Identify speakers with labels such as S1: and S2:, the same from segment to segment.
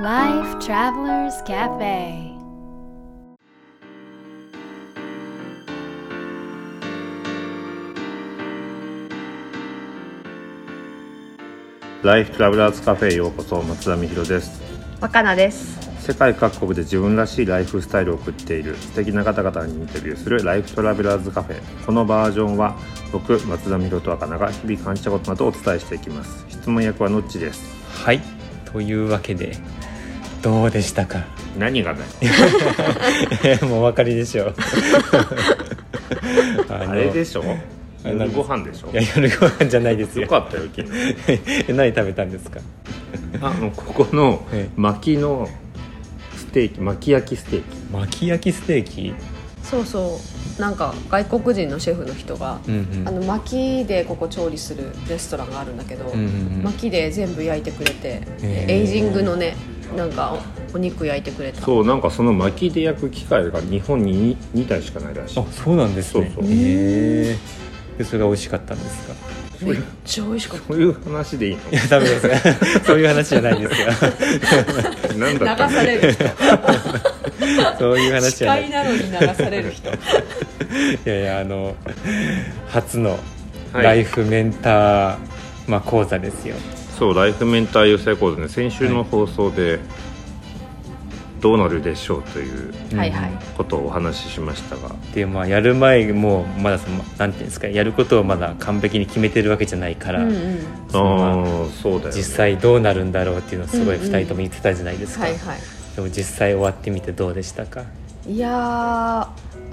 S1: Life Travelers Cafe
S2: ライフトラベラーズカフェへようこそ松田美弘です
S3: 若菜です。
S2: 世界各国で自分らしいライフスタイルを送っている素敵な方々にインタビューするライフトラベラーズカフェこのバージョンは僕松田美弘と赤菜が日々感じたことなどをお伝えしていきます質問役はのっちです
S4: はいというわけでどうでしたか
S2: 何がだよ
S4: もうお分かりでしょうあ
S2: あ
S4: の
S2: れでしょ
S4: あれなん
S2: 夜
S4: です
S2: ご飯でしょ
S4: いや夜ご飯じゃないです
S2: よ
S4: よ
S2: かったよ昨日
S4: え 何食べたんですか
S2: あのここの
S4: ええ
S2: 巻きのステーキ巻き焼きステーキ
S4: 巻き焼きステーキ
S3: そうそう。なんか外国人のシェフの人が、
S4: うん
S3: あの薪でここ調理するレストランがあるんだけど、
S4: うんうんうん
S3: 薪で全部焼いてくれて、
S4: へー
S3: エイジングのね、なんかおお肉焼いてくれた。
S2: そうなんかその巻きで焼く機械が日本に 2, 台しかないらしい
S4: あそうなんですね
S2: そうそう
S4: へえでそれが美味しかったんですか
S3: めっちゃ美味しかっ。
S2: そういう話でいいの
S4: いやダメです そういう話じゃないですよ
S2: なんだったた
S3: 流される人。
S4: そういう話
S3: 司
S4: じゃない
S3: 会
S4: い
S3: なのに流される人。
S4: やいやあの初の
S2: はい
S4: ライフメンター、まあ、講座ですよ
S2: そうライフメンター養成講座ね先週の放送で、どうなるでしょうという
S3: はいはい。
S2: ことをお話ししましたが
S4: でまあやる前もうまだそのなんていうんですかやることをまだ完璧に決めてるわけじゃないから、
S3: うんうん。
S2: あ
S4: そのまあ
S2: あそうだよ、ね、
S4: 実際どうなるんだろうっていうのをすごい
S3: うんう
S4: 2
S3: ん
S4: 人とも言ってたじゃないですか、
S3: はいはい。
S4: でも実際終わってみてどうでしたか
S3: いや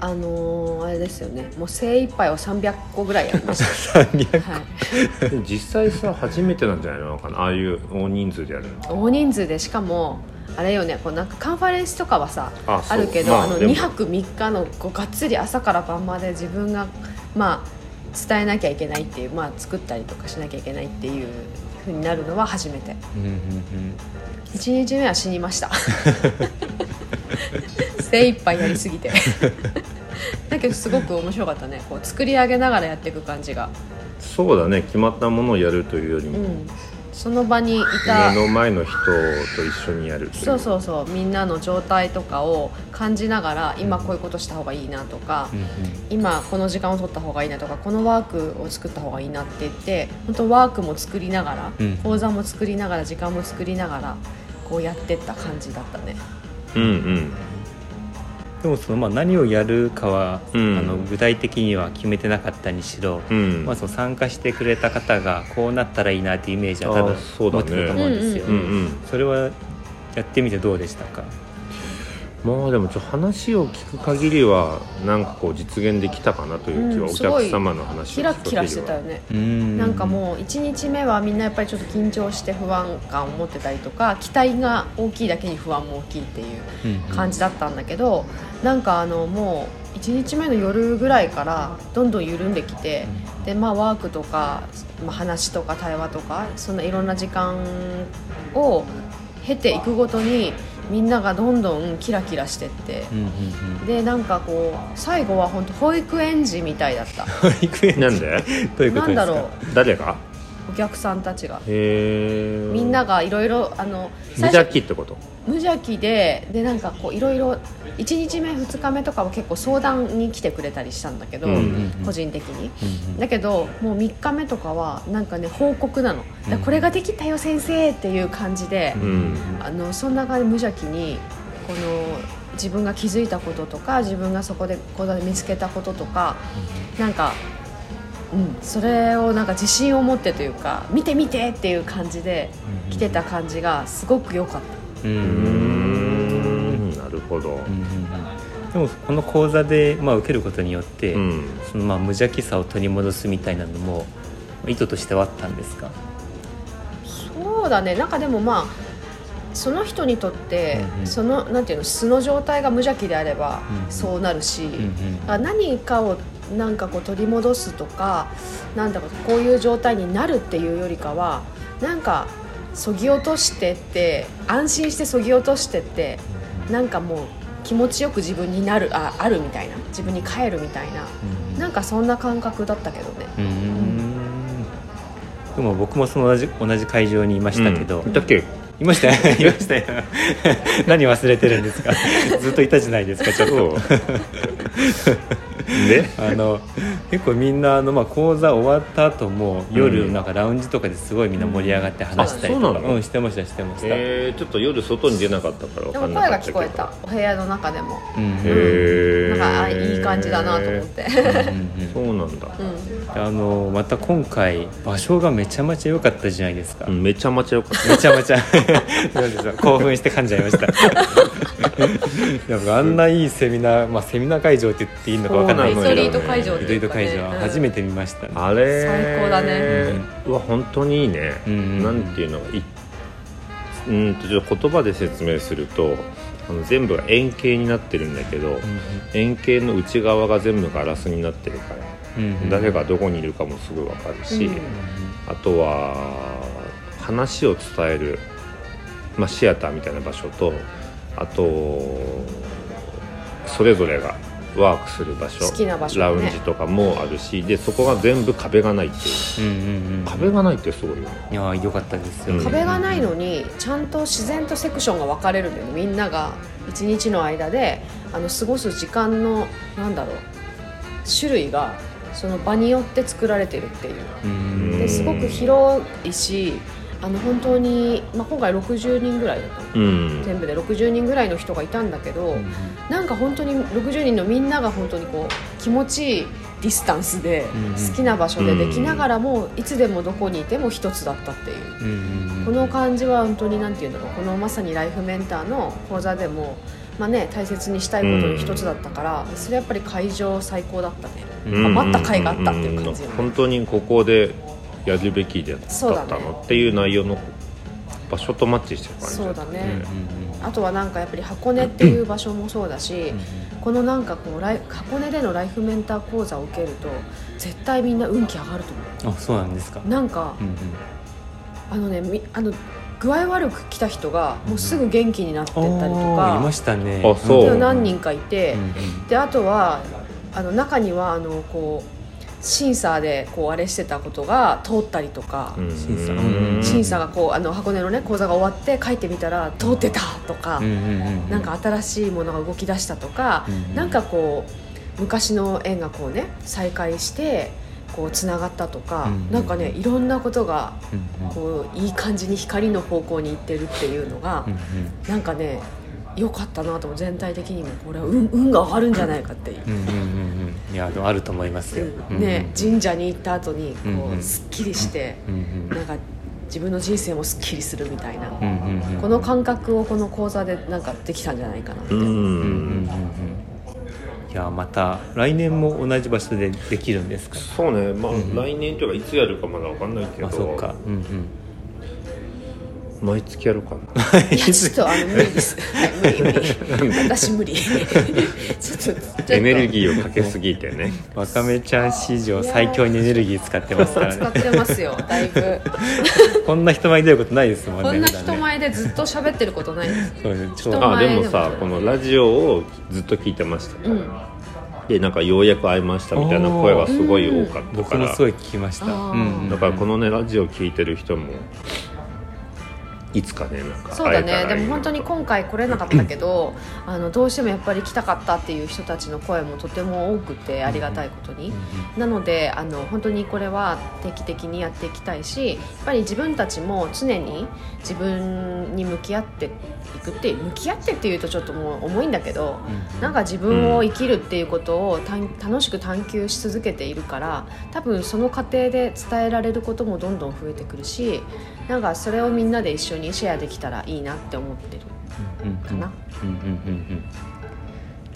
S3: ーあのー、あれですよね。もう精一杯を300個ぐらいやりました。
S4: 300
S3: はい。
S2: 実際さ初めてなんじゃないのかなああいう大人数でやるの
S3: 大人数でしかもあれよねこうなんかカンファレンスとかはさ
S2: あ
S3: あ
S2: そう
S3: るけど、
S2: まあ
S3: あ、の
S2: でも
S3: 2泊3日のこうがっつり朝から晩まで自分が、まあ、伝えなきゃいけないっていう、まあ、作ったりとかしなきゃいけないっていうふうになるのは初めて
S4: うんうん
S3: 1日目は死にました 精一杯やりすぎてだけどすごく面白かったねこう作り上げながらやっていく感じが、
S2: そうだね決まったものをやるというより
S3: う
S2: も、
S3: ん、その場にいた
S2: 目の前の人と一緒にやるという
S3: そうそうそうみんなの状態とかを感じながら今こういうことした方がいいなとか、
S4: うん
S3: 今この時間を取った方がいいなとかこのワークを作った方がいいなって言って本当ワークも作りながら、
S4: うん
S3: 講座も作りながら時間も作りながらこうやってった感じだったね。
S2: うん
S4: でもそのまあ何をやるかは、
S2: うん
S4: あの具体的には決めてなかったにしろ、
S2: うんうん、
S4: まあ、その参加してくれた方がこうなったらいいなっていうイメージは多
S2: あ
S4: 分
S2: ーそうだ
S4: 持っ
S2: ね
S4: てたと思うんですよ、
S2: うんうん
S4: それはやってみてどうでしたか
S2: まあでもちょっと話を聞く限りはなんかこう実現できたかなという気は、
S3: うん
S2: お
S3: すご
S2: 客
S3: い
S2: 様の話
S3: キ
S2: を
S3: ラ
S2: 聞く限りは
S3: キラしてたよね
S4: な
S3: なんかもう1日目はみんなやっぱりちょっと緊張して不安感を持ってたりとか期待が大きいだけに不安も大きいっていう
S4: うんうん
S3: 感じだったんだけど、なんかあのもう1日目の夜ぐらいからどんどん緩んできてで、まあ、ワークとか、まあ、話とか対話とかそんないろんな時間を経ていくごとにみんながどんどんキラキラしてって。
S4: うんうんうん
S3: でなんかこう最後は本当保育園児みたい だった
S4: 保育園 児
S2: なんで
S4: どういうこ
S3: な
S4: とで
S3: ん
S4: す
S3: だ
S4: か
S3: ろう
S2: 誰が
S3: お客さんたちが
S2: へえ
S3: みんながいろいろあの
S2: 無邪気ってこと
S3: 無邪気ででなんかこういろいろ1日目2日目とかは結構相談に来てくれたりしたんだけど、
S2: うん
S4: うんうん
S3: 個人的に
S4: うんうん
S3: だけどもう3日目とかはなんかね報告なのだからこれができたよ先生っていう感じで
S2: う、ん
S3: あのその中で無邪気にこの自分が気づいたこととか自分がそこで講座で見つけたこととかなんか、うん、それをなんか自信を持ってというか見て見てっていう感じで来てた感じがすごく良かった。
S4: うんう
S2: うんんなるほど
S4: うんうんでもこの講座で、まあ、受けることによって、
S2: うん
S4: そのまあ無邪気さを取り戻すみたいなのも意図としてはあったんですか
S3: そうだねなんかでもまあその人にとって、
S4: うんうん
S3: そのなんていうの素の状態が無邪気であれば、
S4: うんうん
S3: そうなるし、
S4: うんうん
S3: だから何かをなんかこう取り戻すとかなんだかこういう状態になるっていうよりかはなんかそぎ落としてって安心してそぎ落としてってなんかもう気持ちよく自分になるああるみたいな自分に帰るみたいななんかそんな感覚だったけどね。
S4: うんでも僕もその同じ同じ会場にいましたけど、
S2: うんいたっけ
S4: いました よいましたよ何忘れてるんですか ずっといたじゃないですかちょっと
S2: で
S4: あの結構みんなあの、まあ、講座終わった後も
S2: う
S4: 夜
S2: ん
S4: なんかラウンジとかですごいみんな盛り上がって話したり
S2: あそう
S4: と
S2: な
S4: か、
S2: の
S4: うん、してましたしてました、
S2: えー、ちょっと夜外に出なかったから分
S3: で
S2: か
S3: も
S2: ん
S3: 声
S2: なか
S3: が
S2: ったけ
S3: 聞
S2: ど
S3: こえたお部屋の中でも、
S4: うん
S2: へー
S3: なんかあいい感じだなと思って、
S4: うんうん
S2: そうなんだ、
S3: うん、
S4: あのまた今回場所がめちゃめちゃ良かったじゃないですか、
S2: うん、めちゃめちゃ良かった
S4: めちゃめちゃ すいませんすいません興奮して噛んじゃいました なんかあんないいセミナー、まあ、セミナー会場って言っていいのかわかんない
S2: そ
S4: で
S2: う
S4: す
S2: な
S4: け
S2: の
S4: ど
S2: よ
S4: リ
S2: ね
S4: トリ
S3: っていう
S4: ート
S3: かね
S4: 会場
S3: うん
S4: 初めて見ましたね、
S2: あれ
S3: 最高だ
S4: ね
S2: うわ本当にいいね、
S4: うん
S2: なんていうのいうんとちょっと言葉で説明するとあの全部が円形になってるんだけど、円形の内側が全部ガラスになってるから、
S4: うん
S2: 誰がどこにいるかもすぐ分かるし、
S3: うん
S2: あとは話を伝える、まあ、シアターみたいな場所とあとそれぞれがワークする場所
S3: 好きな場所ね
S2: ラウンジとかもあるしでそこが全部壁がないっていう
S4: うんうんうん
S2: 壁がないってすごいよね
S4: いやー良かったですよ、
S2: うん
S3: 壁がないのにちゃんと自然とセクションが分かれるんだよねみんなが一日の間であの過ごす時間のなんだろう種類がその場によって作られてるっていう
S4: うん
S2: うん
S3: ですごく広いしあの本当に、まあ、今回60人ぐらいだったの
S2: うん
S3: 全部で60人ぐらいの人がいたんだけど、なんか本当に60人のみんなが本当にこう気持ちいいディスタンスで
S4: うん
S3: 好きな場所でできながらもいつでもどこにいても一つだったっていう。
S4: うんうんうん
S3: この感じは本当に何て言うんだろうこのまさにライフメンターの講座でも、まあね、大切にしたいことの一つだったから、それやっぱり会場最高だったね
S4: うん
S3: あ待った甲斐があったっていう感じよね
S2: 本当にここでやるべきだった
S3: そうだね
S2: のっていう内容の場所とマッチしてる感じ
S3: そうだ
S4: うんうん
S3: ね、あとはなんかやっぱり箱根っていう場所もそうだし、このなんかこうライ箱根でのライフメンター講座を受けると絶対みんな運気上がると思
S4: うんあそうなんですか
S3: うなんか、
S4: うんうん
S3: あのねみあの具合悪く来た人がもうすぐ元気になってったりと
S4: あーい
S3: か
S4: ま、したね
S2: あそう
S3: っていう何人かいて、
S4: うんうん
S3: であとはあの中にはあのこう審査でこうあれしてたことが通ったりとか、
S2: うん
S4: 審査
S2: うん
S3: 審査がこうあの箱根のね講座が終わって書いてみたら通ってたとか、
S4: うんうんうんうん
S3: なんか新しいものが動き出したとか、
S4: うんうん
S3: なんかこう昔の縁がこうね再開してこうつながったとか、
S4: うんうん
S3: なんかねいろんなことが
S4: うんうん
S3: こういい感じに光の方向に行ってるっていうのが、
S4: うんうん
S3: なんかね良かったなと思う全体的にもこれは運運が上がるんじゃないかっていう。
S4: うんうんうんうんいやあると思いますよ、うん
S3: ね、神社に行った後にこ
S4: うんう
S3: うんすっきりして
S4: うんうん
S3: なんか自分の人生もすっきりするみたいな
S4: うんうんうん
S3: この感覚をこの講座でなんかできたんじゃないかなって
S2: うん
S4: うんうんうんうんいやまた来年も同じ場所でできるんですか
S2: そうねまあ、
S4: ん
S2: 来年というかいつやるかまだわかんないけど
S4: あそっかうんうん
S2: 毎月やるかな
S3: いやちょっとあの無理です無理無理 私無理ちょっとちょっと
S2: エネルギーをかけすぎて ね
S4: わかめちゃん史上最強にエネルギー使ってますから
S3: 使っ
S4: ね
S3: てますよ だいぶ
S4: こんな人前に出ることないですもんね
S3: こんな
S4: 普段ね
S3: 人前でずっと喋ってることないです
S4: そうですちょ
S3: 人
S4: う
S3: 前
S2: あでも
S3: で
S2: さ
S3: も
S2: このラジオをずっと聞いてましたから、
S3: うん
S2: でなんかようやく会いましたみたいな声がすごい多かった
S4: 僕
S2: か
S4: も
S2: ら
S4: すごい聞きました
S3: あー
S4: うんうん
S2: だからこのねラジオ聞いてる人もいつかねなんか
S3: そうだ
S2: 会え
S3: ね
S2: たら
S3: で
S2: いいな
S3: も本当に今回来れなかったけどあのどうしてもやっぱり来たかったっていう人たちの声もとても多くてありがたいことに、なのであの本当にこれは定期的にやっていきたいしやっぱり自分たちも常に自分に向き合っていくっていう向き合ってっていうとちょっともう重いんだけど、なんか自分を生きるっていうことをたん楽しく探求し続けているから多分その過程で伝えられることもどんどん増えてくるしなんかそれをみんなで一緒にシェアできたらいいなって思ってる
S4: うんうん
S3: かな、
S4: うんうんうんうん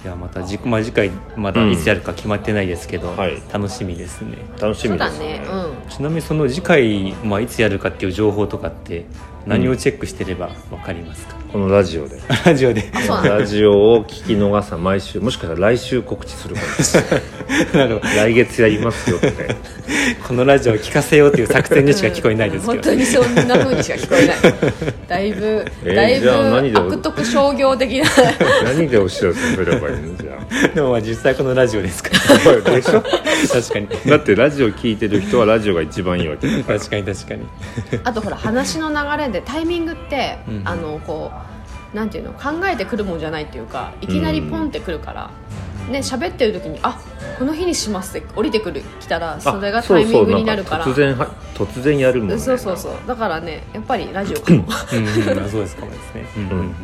S4: いやまた次,、まあ、次回まだいつやるか決まってないですけど、
S2: はい
S4: 楽しみですね
S2: 楽し
S3: そう
S2: みで
S3: だ
S2: す
S3: ね
S2: ね
S3: う
S4: ちなみにその次回、まあ、いつやるかっていう情報とかって何をチェックしてればわかりますか、
S2: このラジオで
S4: ラジオで
S3: んそうなんだ
S2: ラジオを聞き逃さ毎週もしかしたら来週告知するかもしれ
S4: なる ほど
S2: ない来月やりますよって
S4: このラジオを聞かせようという作戦でしか聞こえないですけ
S3: 本 当
S4: ど、
S3: にそんな風にしか聞こえないだいぶ、
S2: えー
S3: だい
S2: じゃあ何で
S3: ぶ悪徳商業的な
S2: 何でお知らせすればいいのじゃ
S4: でもまあ実際このラジオですから
S2: あそうでしょ
S4: 確かに
S2: だってラジオ聞いてる人はラジオが一番いいわけだから
S4: 確かに確かに
S3: あとほら話の流れなんでタイミングって、
S4: うんうん
S3: あのこうなんていうの考えてくるもんじゃないっていうかいきなりポンってくるから、ね喋ってる時にあこの日にしますって降りてくる来たらそれがタイミングになるから
S2: あそうそうなんか突然は突然やるもんね
S3: そうそうそうだからねやっぱりラジオかも
S4: うんうん、そうですかもですね。うんうんうん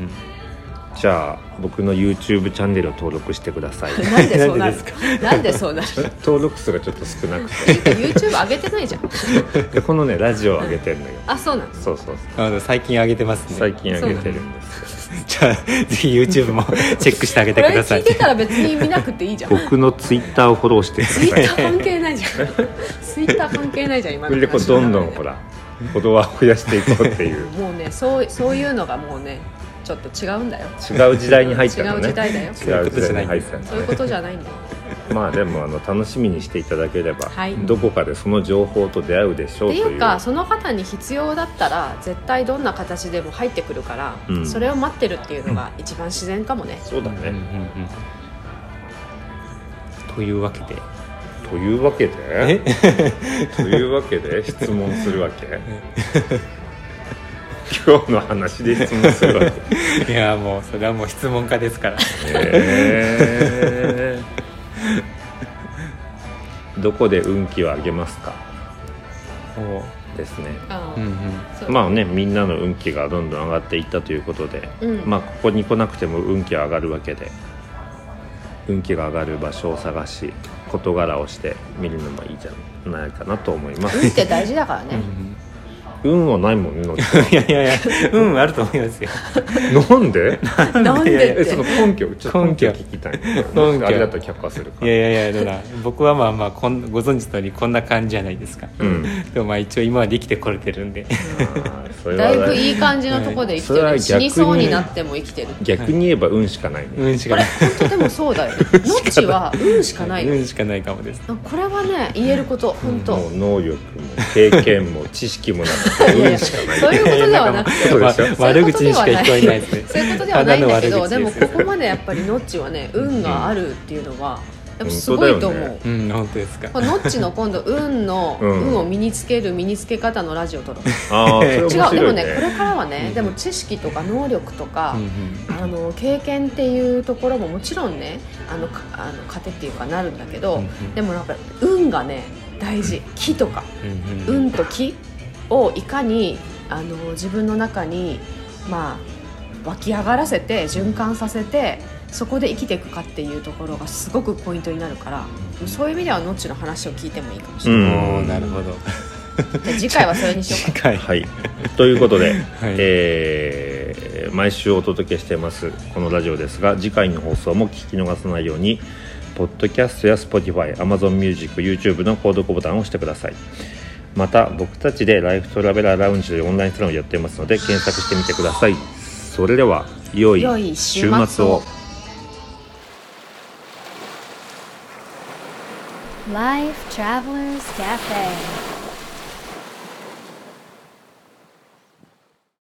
S2: じゃあ僕の YouTube チャンネルを登録してくだ さい
S3: なんでそうな
S4: なんでで
S3: る
S4: す
S3: なんでそうなる
S2: 登録数がちょっと少なく
S3: YouTube 上げてないじゃん
S2: てでこのねラジオを上げてるのよ
S3: あそうなの
S2: そうそうそう
S4: あの最近上げてますね。
S2: 最近上げてるんですよ
S4: じゃあぜひ YouTube もチェックしてあげ
S3: こ
S4: てく
S3: れ
S4: ださ
S3: 聞
S4: い
S3: い。てたら別に見なくていいじゃんツ
S2: 僕の Twitter をフォローしてくだ
S3: イッ
S2: さ
S3: タ
S2: い
S3: ー関係ないじ ゃんツイッター関係ないじゃん今
S2: それ
S3: の
S2: でこうどんどんほらフォロワーを増やしていこうっていう
S3: もうねそうそういうのがもうねちょっと違うんだよ
S2: 違う時代に入った
S3: 違
S2: の
S3: う
S2: ね
S3: 時代だよ
S2: 違う時代に入ったの
S3: そういう
S2: ね
S3: ことじゃないんだよ
S2: まあでもあの楽しみにしていただければ、
S3: はい
S2: どこかでその情報と出会うでしょ
S3: っ
S2: う
S3: て
S2: という
S3: いうかその方に必要だったら絶対どんな形でも入ってくるから、
S2: うん
S3: それを待ってるっていうのが一番自然かもね、
S2: そうだ
S4: うんうん
S2: ね、
S4: うんというわけで、
S2: というわけで というわけで質問するわけ今日の話で質問するわけ
S4: いやもうそれはもう質問家ですから。
S2: えーどこで運気を上げますか
S4: も
S2: ですね
S3: あ
S4: う、うんうん、
S3: そう
S2: まあねみんなの運気がどんどん上がっていったということで、
S3: うん
S2: まあここに来なくても運気は上がるわけで運気が上がる場所を探し事柄をして見るのもいいじゃないかなと思いま
S3: 運っ
S2: す
S3: て大事だからね、
S2: 運はないもんねのっちゃ
S4: いやいやいや、うんあると思いますよ。
S2: んなんで
S3: なんでって
S2: えその根拠ちょっと根拠聞きたい
S4: 拠
S2: あれだと却下するか
S4: い
S2: ら
S4: やいやいや、だから僕はまあまあこんご存知の通りこんな感じじゃないですか。
S2: うん
S4: でもまあ一応今はできてこれてるんで。
S2: あーそれ
S3: だい
S2: は
S3: ぶいい感じのとこで生きてる、
S2: はいそれ
S3: 死
S2: は逆
S3: に
S2: に
S3: そうになっても生きてる
S2: 逆に言えば運しかないね、
S4: うんし
S3: こ
S4: か
S3: れ
S4: ない。
S3: 本当でもそうだよ ねノッチは運しかないよ
S4: うんしかないかもです。
S3: これはね言えること本当、
S2: もう能力も経験も知識もなくて
S3: いやい
S2: 運
S3: や
S2: しかない
S3: そういうことではなくて
S2: そうでしょ
S4: ま 悪口にしか聞こえないですね。
S3: そういうことではないんだけど
S4: た
S3: で
S4: だの
S3: も
S4: 悪口
S3: こ
S4: です
S3: こまでやっぱりノッチはね運があるっていうのはやっぱすごいと思
S2: 本当
S3: う、
S2: だよね
S4: うん、本当ですか。
S3: これノッチの今度運の、
S2: うん
S3: 運を身につける身につけ方のラジオ撮ろう
S2: ああそれ面
S3: 違うで
S2: 白
S3: も
S2: い
S3: ねこれ
S2: ね
S3: からはねでも知識とか能力とか、
S4: うんうん
S3: あの経験っていうところももちろんねあのかあの糧っていうかなるんだけど、
S4: うんうん
S3: でもやっぱり運がね大事木とか
S4: うんうん
S3: 運と気をいかにあの自分の中にまあ湧き上がらせて循環させてそこで生きていくかっていうところがすごくポイントになるからそういう意味ではノッチの話を聞いてもいいかもしれ
S2: う
S3: ない、
S2: ん
S4: おーなるほど。
S3: じゃあ次回はそれにしようか
S4: 次回。
S2: はいということ で、
S4: い
S2: えー毎週お届けしてますこのラジオですが次回の放送も聞き逃さないようにポッドキャストや Spotify、AmazonMusicYouTube の購読ボタンを押してくださいまた僕たちでライフトラベラーラウンジというオンラインサロンをやっていますので検索してみてくださいそれでは良い
S3: 良い週
S2: 週
S3: 末
S2: 末
S3: を
S2: を
S1: Life Travelers Cafe.